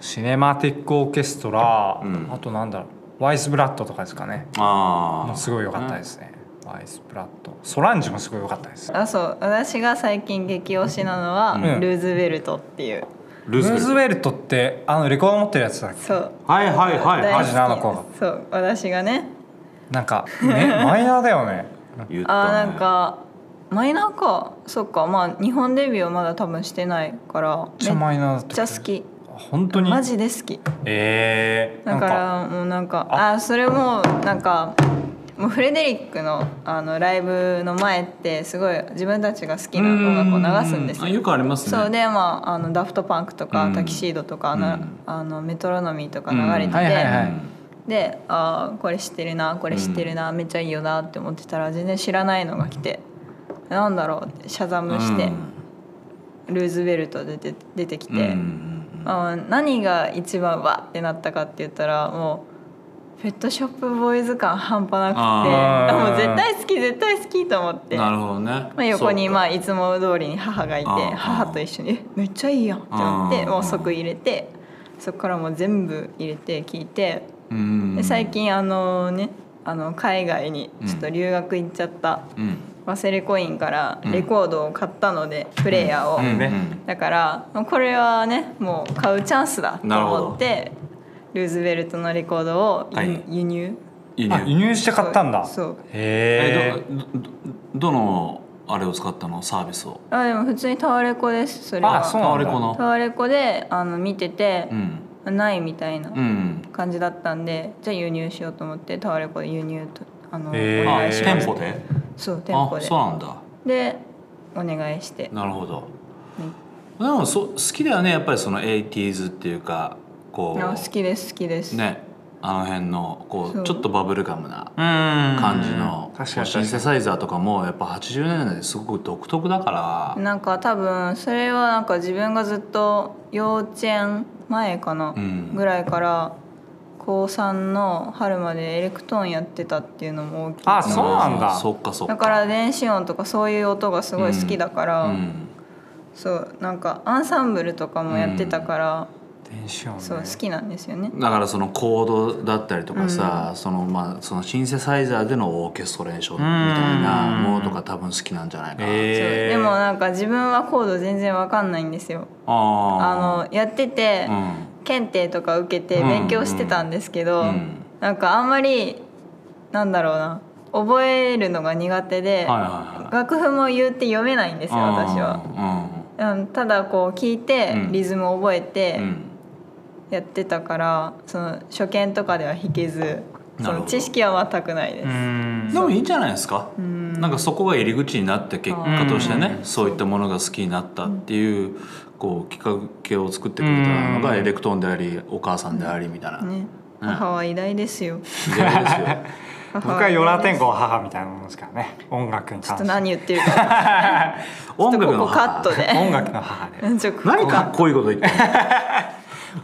S1: シネマティックオーケストラ、
S2: うん
S1: あとなんだろうワイスブラッドとかですかね
S2: あ
S1: も
S2: あ
S1: うすごい良かったですねワイスブラッドソランジもすごい良かったです
S3: あそう私が最近激推しなのは、
S1: うん
S3: ルーズベルトっていう
S2: ル
S1: ル
S2: ーズベ
S1: ー
S2: ル
S1: ズベルトってあのレコード持ってるやつだっけ
S3: そう
S2: はいはいはい
S3: 大
S2: は
S1: マ
S3: 好
S1: ジ
S3: き
S1: なあの子が
S3: そう私がね
S1: なんか、ね、
S3: (laughs)
S1: マイナーだよね
S2: い言ったね
S3: あーなんかマイナーかそっかまあ日本デビューはまだ多分してないから
S1: めっちゃ
S3: めっ
S1: マイナーだった
S3: ちゃ好き
S1: 本当に
S3: マジで好き
S1: えー、な
S3: だ
S1: ん
S3: か
S1: から
S3: もうなんか
S1: あ
S3: あそれもなんかもうフレデリックのあのライブの前ってすごい自分たちが好きな音楽を流すんです
S2: あ
S3: よ。
S2: よくありますね
S3: そうでまああのダフトパンクと
S2: う
S3: か
S2: ん
S3: タキシードとか
S2: う
S3: な、
S2: ん
S3: あのメトロノミーとか流れて
S1: うんはいはい
S3: て
S1: は
S3: であーこれ知ってるなこれ知ってるな、めっちゃいいよなって思ってたら全然知らないのが来てなんだろうってシャザムして、ルーズベルトで出て出てきて。あの何が一番わってなったかって言ったらもうペットショップボーイズ感半端なく
S1: あ
S3: て
S1: ー
S3: もう絶対好き絶対好きと思って、
S2: な
S3: ま
S2: るほどね、ま
S3: あ、横にまあいつも通りに母がいて
S2: あー
S3: 母と一緒に「えめっちゃいいやん」ってなっ
S2: あ
S3: て
S2: ー
S3: もう即入れてそこからもう全部入れて聞いて
S2: うん
S3: で最、近あのねあの海外にちょっと留学行っちゃった
S2: うん
S3: ワセレコインから
S2: うん
S3: レコードを買ったので、プレイヤーを。
S2: うん
S1: ね
S3: だからもうこれはねもう買うチャンスだと
S2: なるほど
S3: 思ってルーズベルトのレコードを輸,、
S2: はい
S3: 輸入
S2: いい
S1: あ輸
S2: ね
S1: 入して買ったんだ
S3: そうそう
S1: へ
S2: え
S1: え
S2: どどどのあれを使ったのサービスを
S3: あでも普通にタワレコですそれ
S1: あ
S3: は
S1: そうなんだ
S2: タワレコの
S3: タワレコであの見てて
S2: う、ん
S3: ないみたいな
S2: うん
S3: 感じだったんでじゃあ輸入しようと思ってタワレコで輸入とあの、
S1: へー
S3: お
S2: あ
S3: 願いしま
S2: 店
S3: す
S2: 舗で
S3: そう店舗
S2: あ
S3: で
S2: そうなんだ
S3: でお願いして
S2: なるほど、でもそ好きだよねやっぱりその 80s っていうかこう
S3: あ好きです好きです、
S2: ねあの辺のこ
S3: そうう
S2: ちょっとバブルガムな
S1: 感
S2: 感じの
S1: 確
S2: こ
S1: か
S2: う
S1: に
S2: シン
S1: 確か
S2: セ
S1: に
S2: サイザーとかもやっぱ80年代ですごく独特だから
S3: なんか多分それはなんか自分がずっと幼稚園前かな、
S2: うん
S3: ぐらいから高3の春までエレクトーンやってたっていうのも大きい
S1: あそうなんだ
S2: そっかそっか
S3: だから電子音とかそういう音がすごい好きだから、
S2: うん
S3: そうなんかアンサンブルとかもやってたから、
S1: 電子音ね
S3: そう好きなんですよね
S2: だからそのコードだったりとかさ、そのまあそのシンセサイザーでのオーケストレーションみたいなものとか多分好きなんじゃないかな、
S3: そう
S1: へ
S3: でもなんか自分はコード全然わかんないんですよ
S2: あ
S3: あのやってて、
S2: あの
S3: 検定とか受けて
S2: うん
S3: 勉強してたんですけど、
S2: うんうん
S3: なんかあんまりなんだろうな覚えるのが苦手で、
S2: はいはいはい
S3: 楽譜も言って読めないんですよ私は。
S2: は
S3: うん、ただこう聞いて
S2: うん
S3: リズムを覚えて
S2: うん、
S3: やってたから、その初見とかでは弾けず
S2: な
S3: そ
S2: るほ
S3: の
S2: ど
S3: 知識は全くないです。
S1: う
S2: うん
S1: ん
S2: でもいいんじゃないですか、なんかそこが入り口になって結果としてね、
S1: う
S2: そういったものが好きになったっていう,、こうきっかけを作ってくれたのがエレクトーンでありお母さんでありみたいな、
S3: ね、母は偉大ですよ。
S2: 時代
S3: (laughs)
S2: ですよ
S3: 母
S1: 僕はヨ
S3: 偉
S1: ラ
S3: 大
S1: 天
S3: です
S1: 狗母みたいなものですからね音楽に
S3: ちょ
S1: 関し
S3: っと
S1: て
S3: 何言ってるか
S2: 音楽
S3: こ
S2: の
S3: こカット
S2: 母
S3: で。
S1: 音楽の母で
S3: ちょっと
S2: 何かっこいいこと言ってんの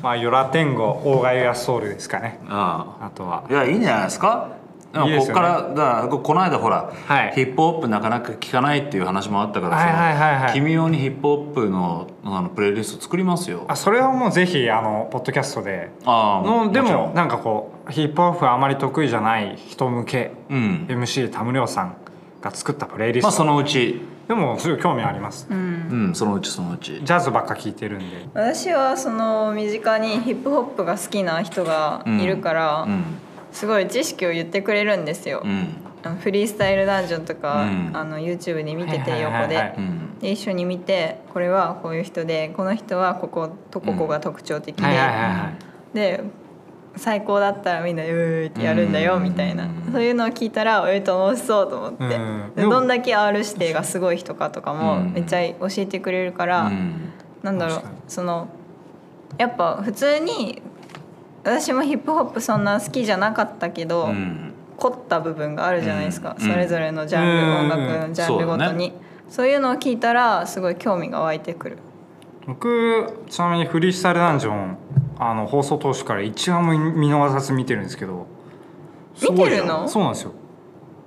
S1: まあヨラ天狗オーガイアソウルですかね
S2: あ
S1: あとは
S2: あいやいいんじゃないですかで
S1: い
S2: も
S1: いで
S2: こ
S1: す
S2: こ
S1: よね
S2: からだからここの間ほら、
S1: はい
S2: ヒップホップなかなか聞かないっていう話もあったから
S1: はいはいはいはい
S2: その君用にヒップホップのあのプレイリスト作りますよ
S1: あそれはもうぜひあのポッドキャストで
S2: あ
S1: ので
S2: ち
S1: も
S2: ろん
S1: なんかこうヒップホップあまり得意じゃない人向け
S2: うん
S1: MC タムリョウさんが作ったプレイリ
S2: まあ
S1: スト、
S2: そのうち
S1: でもすごい興味あります、
S3: うん
S2: うんそのうちそのうち
S1: ジャズばっか聞いてるんで
S3: 私はその身近にヒップホップが好きな人がいるから、
S2: うん
S3: すごい知識を言ってくれるんですよ
S2: う、ん
S3: あのフリースタイルダンジョンとか、
S2: うん
S3: あの YouTube で見てて
S1: はいはいはい
S3: 横で、
S1: はい
S2: うん
S3: で一緒に見てこれはこういう人でこの人はこことここが特徴的で、
S1: はいはいはいはい
S3: で最高だったらみんな「うー」ってやるんだよ
S2: うん
S3: みたいな
S2: うん
S3: そういうのを聞いたら「えー楽しそう」と思って
S1: うん
S3: でどんだけ R 指定がすごい人かとか
S2: う
S3: も
S2: ん
S3: めっちゃ教えてくれるから、
S2: うん
S3: なんだろう
S1: 確かに
S3: そのやっぱ普通に私もヒップホップそんな好きじゃなかったけど、
S2: うん
S3: 凝った部分があるじゃないですか、
S2: うん
S3: それぞれのジャンル、
S1: うん
S3: 音楽のジャンルごとにそう,、いうのを聞いたらすごい興味が湧いてくる
S1: 僕ちなみにフリースタイルダンジョンあの放送当初から一話も見逃さず見てるんですけど
S2: すごいじゃん
S3: 見てるの
S1: そうなんですよ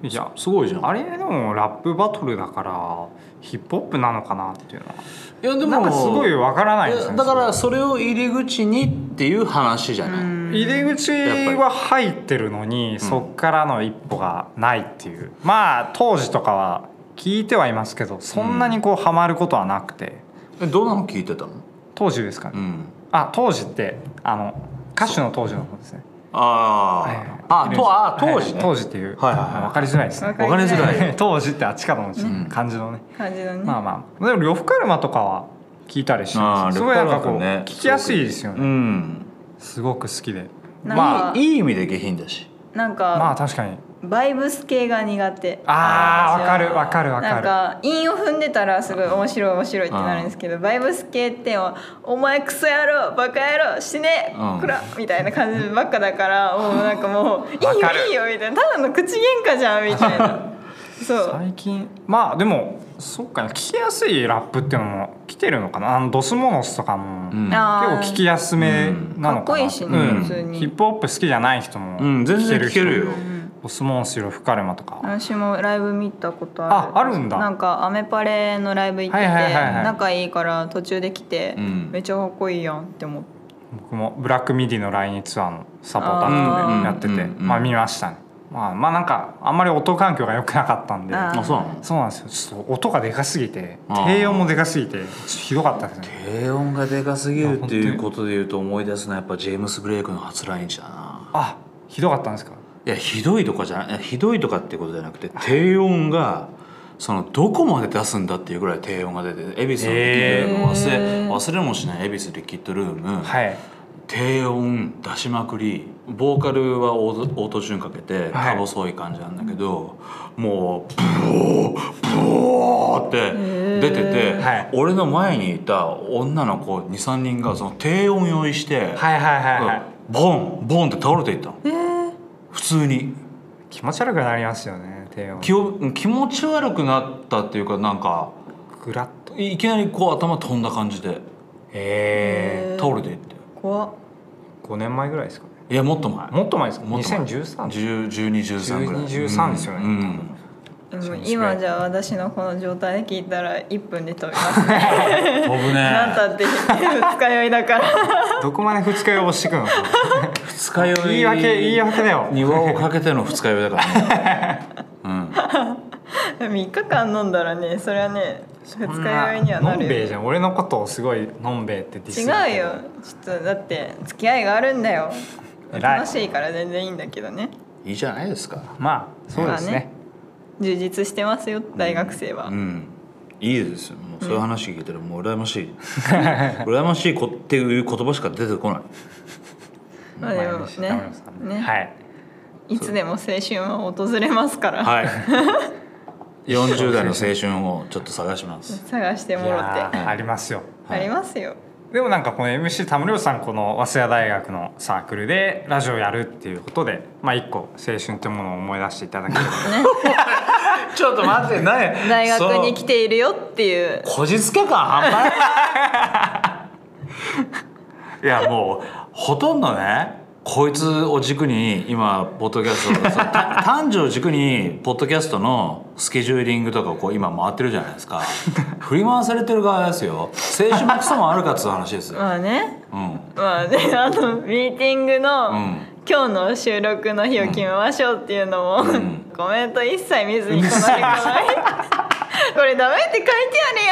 S1: いや
S2: すごいじゃん
S1: あれでもラップバトルだからヒップホップなのかなっていうのはい
S2: やでも
S1: なんかすごいわからないです
S2: いや
S1: ね
S2: だから
S1: そ
S2: それを入り口にっていう話じゃない、
S1: れ入り口は入ってるのにそっからの一歩がないっていうまあ当時とかは聞いてはいますけどそんなにこうハマることはなくて
S2: えどんなの聞いてたの、
S1: 当時ですか
S2: う
S1: ね
S2: ん、
S1: あ当時ってあの歌手の当時の方ですね
S2: あー、あとあー当時ね、
S1: 当時っていう、
S2: はいはいはい
S1: 分かりづらいですね
S3: わかりづら
S1: (laughs)
S3: い
S1: 当時ってあっちかと思うんですよ、
S2: ね
S1: 感じのね
S3: 感じだね、
S1: まあまあでも呂布カルマとかは聞いたりして
S2: あ
S1: ま
S2: ー
S1: すすごいなんか
S2: 呂
S1: こう
S2: 布カルマね
S1: 聞きやすいですよ
S2: う
S1: ね
S2: ん
S1: すごく好きで
S3: なんか
S1: まあ
S2: いい意味で下品だし
S3: なん
S1: ま
S3: か
S1: あ、確かに
S3: バイブス系が苦手
S1: ああ
S3: 私
S1: わ
S3: は
S1: かるわかるわ
S3: な
S1: か
S3: んか韻を踏んでたらすごい面白い面白いってなるんですけどバイブス系って「お前クソ野郎バカ野郎死ね
S2: うん
S3: こら」みたいな感じばっかだからもうなんかもう「いいよ
S1: (laughs) わかる
S3: いいよ」みたいなただの口喧嘩じゃんみたい
S1: (laughs)
S3: なそ
S1: る
S3: う
S1: 最近まあでもそうかな聞きやすいラップっていうのも来てるのかなあのドスモノスとかも、
S2: うん
S1: 結
S3: あー
S1: 構聞きやすめなのかな
S3: かっこいいしね
S1: うん
S3: 普通に
S1: ヒップホップ好きじゃない人も
S2: うん全然聞けるよ
S1: 人ドスモノス呂布カルマとか
S3: 私もライブ見たことある
S1: ああるんだ
S3: なんかアメパレのライブ行ってて、
S1: はいはいはいはい
S3: 仲いいから途中で来て、
S2: うん
S3: めっちゃかっこいいやんって思って
S1: 僕もブラックミディの来日ツアーのサポータ
S3: あ
S1: ー
S3: ー
S1: やってて
S2: うんうんうん
S1: まあ見ましたねまあまあなんかあんまり音環境が良くなかったんで
S3: あー
S2: あそうなの
S1: そうなんですよちょっと音がでかすぎて
S2: あー
S1: 低音もでかすぎてちょっとひどかったですね
S2: 低音がでかすぎるっていうことでいうと思い出すのはやっぱジェームス・ブレイクの初来日だな
S1: あひどかったんですか
S2: いやひどいとかじゃないいやひどいとかっていうことじゃなくて低音がそのどこまで出すんだっていうぐらい低音が出て恵比寿のリキッドルーム忘
S3: へ
S2: れ
S3: ー
S2: 忘れもしない恵比寿リキッドルーム、
S1: はい
S2: 低音出しまくりボーカルはオートオートチューンかけて
S1: はい
S2: か細い感じなんだけど、もうブオーブオーって出てて、
S1: はい
S2: 俺の前にいた女の子23人がその低音用意して、
S1: はいはいはいはい
S2: ボンボンって倒れていったの
S3: えー
S2: 普通に
S1: 気持ち悪くなりますよね低音
S2: 気を気持ち悪くなったっていうかなんか
S1: グラッと
S2: いいきなりこう頭飛んだ感じで
S1: え
S2: 倒れていって
S3: 怖っ
S1: ー、5年前ぐらいですかね
S2: いやもっと前
S1: もっと前ですか
S2: もっと前
S1: 2013
S2: 1213ぐらい
S1: 12-13ですよね
S2: うん
S1: 多分
S3: で
S1: そう
S3: も
S1: ですね
S3: 今じゃあ私のこの状態で聞いたら1分で飛びま
S1: (laughs)
S3: すね
S2: 飛ぶね
S3: なんたって二日酔いだから (laughs)
S1: どこまで二日酔いをしてくの
S2: 二日酔い
S1: 言い訳言い訳だよ
S2: 庭をかけての二日酔いだからねうん
S3: 3日間飲んだらねそれはね二
S1: そん
S3: 日酔いにはな
S1: のんべえ
S3: る
S1: じ
S3: よ
S1: ゃん俺のことをすごいのんべえってディス
S3: 違
S1: るけ
S3: う
S1: ど
S3: よちょっとだって付き合いがあるんだよ
S1: 偉い
S3: 楽しいから全然いいんだけどね
S2: (laughs) いいじゃないですか
S1: まあそうですね
S3: まあね充実してますよ大学生は、
S2: うんいいですよもうそういう話聞いたらもう羨ま (laughs) しい羨ましいこっていう言葉しか出てこない
S3: まあでも
S1: 毎日
S3: ね
S1: 田村さん
S3: ね、
S1: はい
S3: い、つでも青春は訪れますから、
S2: はい (laughs) 40代の青春をちょっと探します
S3: 探して
S1: い
S3: もろ
S1: や
S3: って
S1: ーありますよ
S3: ありますよ
S1: でもなんかこの MC 田村さんこの早稲田大学のサークルでラジオやるっていうことでまあ一個青春ってものを思い出していただければ
S2: (laughs) ちょっと待ってない
S3: 大学に来ているよっていう
S2: こじつけ感半端ないいやもうほとんどねこいつを軸に今ポッドキャスト (laughs) そのた男女を軸にポッドキャストのスケジューリングとかをこう今回ってるじゃないですか振り回されてる側ですよ青春もクソもあるかっつう話ですよ、
S3: まあね
S2: うん、
S3: まあね (laughs) あのミーティングの、
S2: うん
S3: 今日の収録の日を決めましょうっていうのも、
S2: ん
S3: (laughs) コメント一切見ずにこの日この日 (laughs) これダメって書いて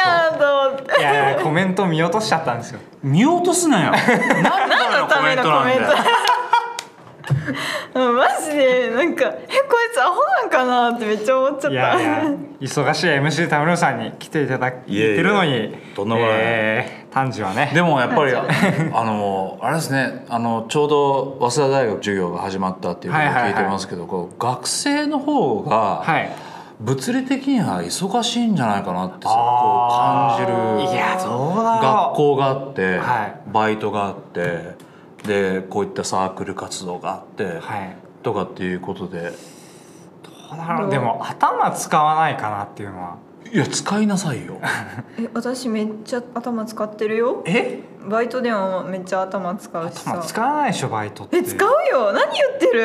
S3: あるやんと思って
S1: いやいやコメント見落としちゃったんですよ
S2: 見落とすなよ
S3: 何のためのコ (laughs) メン
S2: なんだよ
S3: トうんマジでなんかえこいつアホなんかなってめっちゃ思っちゃった
S1: いやいや忙しい MC 田村さんに来ていただい
S2: いえいえ
S1: てるのに
S2: とんでもない
S1: えー、炭治はね
S2: でもやっぱりあのあれですねあのちょうど早稲田大学授業が始まったっていうことを
S1: はいはいは
S2: 聞
S1: い
S2: いてますけど、こう学生の方が、
S1: はい
S2: 物理的には忙しいんじゃないかなってこ
S1: あ
S2: う
S1: ー
S2: 感じ
S1: い
S2: る
S1: やどうだろう
S2: 学校があって、
S1: は
S2: バイトがあってでこういったサークル活動があって、
S1: はい
S2: とかっていうことで
S1: どうだろうでも頭使わないかなっていうのはい
S2: や使いな
S1: (laughs)
S2: さいよ
S3: (laughs) え私めっちゃ頭使ってるよ
S1: え
S3: バイトでもめっちゃ頭使うし
S1: 頭
S3: さ
S1: 使わないでしょバイトって
S3: え使うよ何言ってる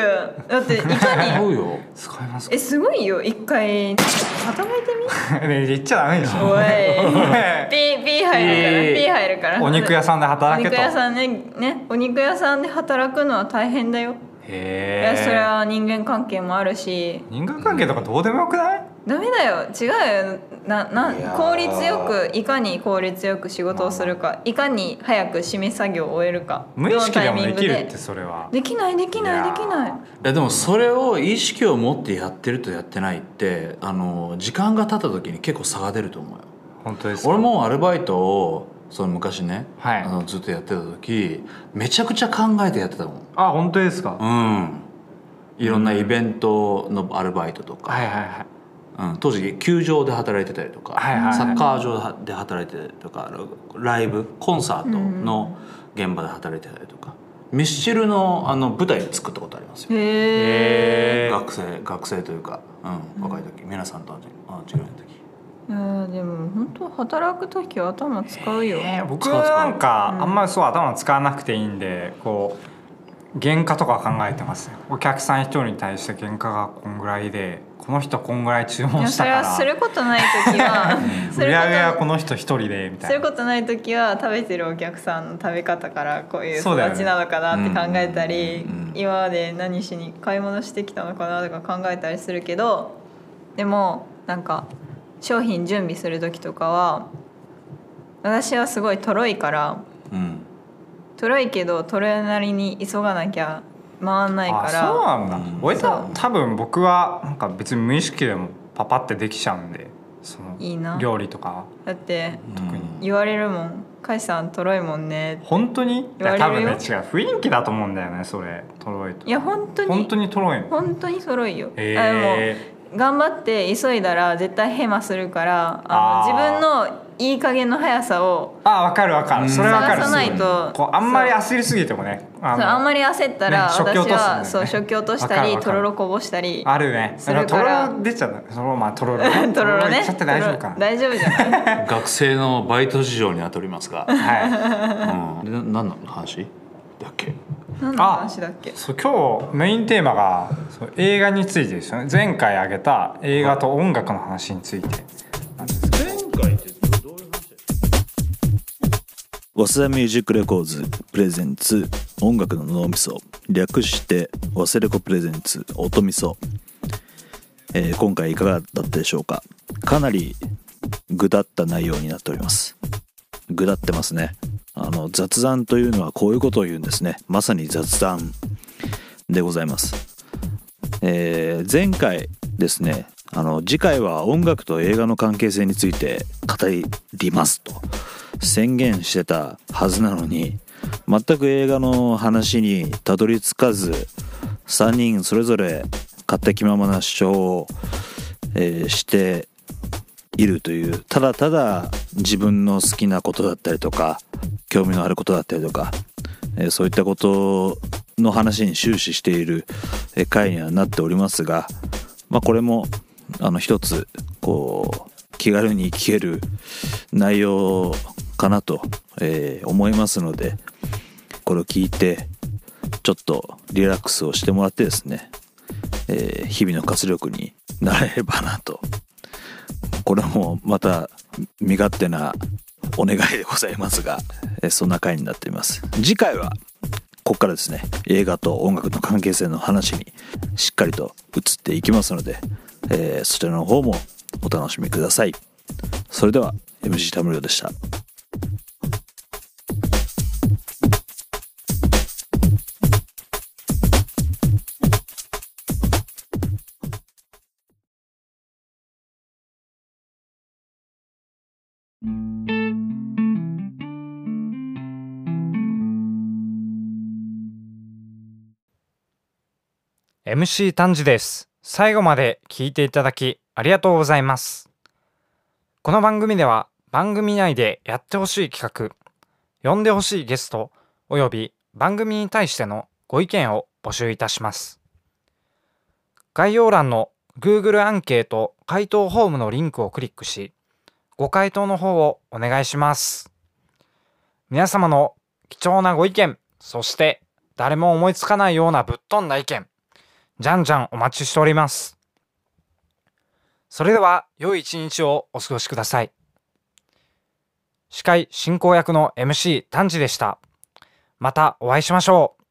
S3: だってい
S1: (laughs)
S3: かに
S2: そうよ
S1: 使いますか (laughs)
S3: えすごいよ一回働いてみ
S1: ね言っちゃダメでしょ
S3: おいピ
S1: ね
S3: ーピー入るからピー入るか
S1: (laughs)
S3: ら
S1: お肉屋さんで
S3: お
S1: 働け
S3: 肉
S1: と
S3: 屋さんねねお肉屋さんで働くのは大変だよ、い
S1: へ
S3: や
S1: え
S3: それは人間関係もあるし
S1: 人間関係とかどうでもよくない、
S3: ダメだよ違うよなない
S2: やー
S3: 効率よくいかに効率よく仕事をするかいかに早く締め作業を終えるか
S1: 無意識で
S3: どの
S1: も
S3: タイ
S1: で
S3: ミング
S1: きるってそれは
S3: できないできな
S1: い
S3: い
S1: や
S3: で
S1: ー
S3: きない
S2: いやでもそれを意識を持ってやってるとやってないってあの時間が経った時に結構差が出ると思うよ
S1: 本当ですか
S2: 俺もアルバイトをその昔ね、
S1: はい
S2: あのずっとやってた時めちゃくちゃ考えてやってたもん
S1: あ本当ですか、
S2: うんいろんなイベントのアルバイトと
S1: はい
S2: か、
S1: はいはい
S2: うん、当時球場で働いてたりとか、
S1: はいはいはい
S2: サッカー場で働いてたりとかライブコンサートの現場で働いてたりとか、ミスチルのあの舞台作ったことありますよ
S3: へえ
S1: へー
S2: 学生学生というか、うん、若い時、皆さんと同じあ違う時
S3: いやーでも本当働く時は頭使うよ、
S1: えー僕
S2: 使う使う
S1: なんか
S3: うん
S1: あんまりそう頭使わなくていいんでこう原価とか考えてますねお客さん一人に対して原価がこんぐらいでこの人こんぐらい注
S3: い
S1: 文
S3: や
S1: し
S3: そ
S1: た
S3: れ
S1: か
S3: は
S1: ら
S3: することない時はす
S1: 売り
S3: る
S1: 上げ
S3: こと
S1: はこの人一人でみた
S3: そうい
S1: いうな
S3: ことない時は食べてるお客さんの食べ方からこういう
S1: そうだよね
S3: 育ちなのかなって考えたり、
S2: うんうん
S3: 今まで何しに買い物してきたのかなとか考えたりするけどでもなんか商品準備する時とかは私はすごいとろいから
S2: うん
S3: とろいけどとろいなりに急がなきゃ回んないか
S1: あそう
S3: ら
S1: なんだ、
S2: うん
S1: 俺
S2: そ
S1: た
S2: う
S1: 多分僕はなんか別に無意識でもパパってできちゃうんでその
S3: いいな
S1: 料理とかは
S3: だって
S1: 特に
S3: 言われるもん「甲斐さんとろいもんね」
S1: 本当にい
S3: 言われ
S1: や
S3: るよ
S1: 多分ね違う雰囲気だと思うんだよねそれとろいと
S3: いや本当に
S1: 本当にとろいの
S3: 本当にとろいよ、
S1: へ
S3: あでも
S1: え
S3: 頑張って急いだら絶対ヘマするからあ
S1: あ
S3: の自分のいい加減の速さを
S1: あわかるわか
S2: う
S1: る
S2: ん
S1: それわかる
S3: 探さないと
S1: こうあんまり焦りすぎてもねあ
S3: そう
S1: の
S3: あんまり焦ったら
S1: ね食器落
S3: 私
S1: とすんだよ
S3: は、
S1: ね
S3: そう食器落とし
S1: わ
S3: た
S1: かる
S3: り
S1: わか
S3: と
S1: る
S3: ろろこぼしたり (laughs)
S1: あるね
S3: する
S1: と
S3: から
S1: ろ出ちゃうそのまあとろろ
S3: (laughs)
S1: ね
S3: とろろ
S1: い
S3: ね
S1: っちゃって大丈夫か
S3: とろろ
S1: な
S3: 大丈夫じゃ
S1: (laughs)
S3: ない
S2: 学生のバイト事情になっておりますが、
S1: はい
S2: うん、でな何の話だっけ
S3: 何の話だっけ
S1: そう今日メインテーマがそう映画についてですよね前回挙げた映画と音楽の話についてなんですけど
S4: 早稲田ミュージックレコーズプレゼンツ音楽の脳みそ略して早稲レコプレゼンツ音みそ、えー今回いかがだったでしょうかかなりぐだった内容になっておりますぐだってますねあの雑談というのはこういうことを言うんですねまさに雑談でございますえー前回ですねあの次回は音楽と映画の関係性について語りますと宣言してたはずなのに全く映画の話にたどり着かず3人それぞれ勝手気ままな主張を、えーしているというただただ自分の好きなことだったりとか興味のあることだったりとか、えーそういったことの話に終始しているえー回にはなっておりますが、まあ、これもあの一つこう気軽に聞ける内容かなと、えー思いますのでこれを聞いてちょっとリラックスをしてもらってですね、えー日々の活力になれればなとこれもまた身勝手なお願いでございますが、えーそんな回になっています次回はここからですね映画と音楽の関係性の話にしっかりと移っていきますので、えーそちらの方もお楽しみくださいそれでは MC タムリオでした
S1: い MC 丹治です最後まで聞いていただきありがとうございますこの番組では番組内でやってほしい企画呼んでほしいゲストおよび番組に対してのご意見を募集いたします概要欄の Google アンケート回答フォームのリンクをクリックしご回答の方をお願いします皆様の貴重なご意見そして誰も思いつかないようなぶっ飛んだ意見じゃんじゃんお待ちしておりますそれでは良い一日をお過ごしください司会進行役の MC 丹治でしたまたお会いしましょう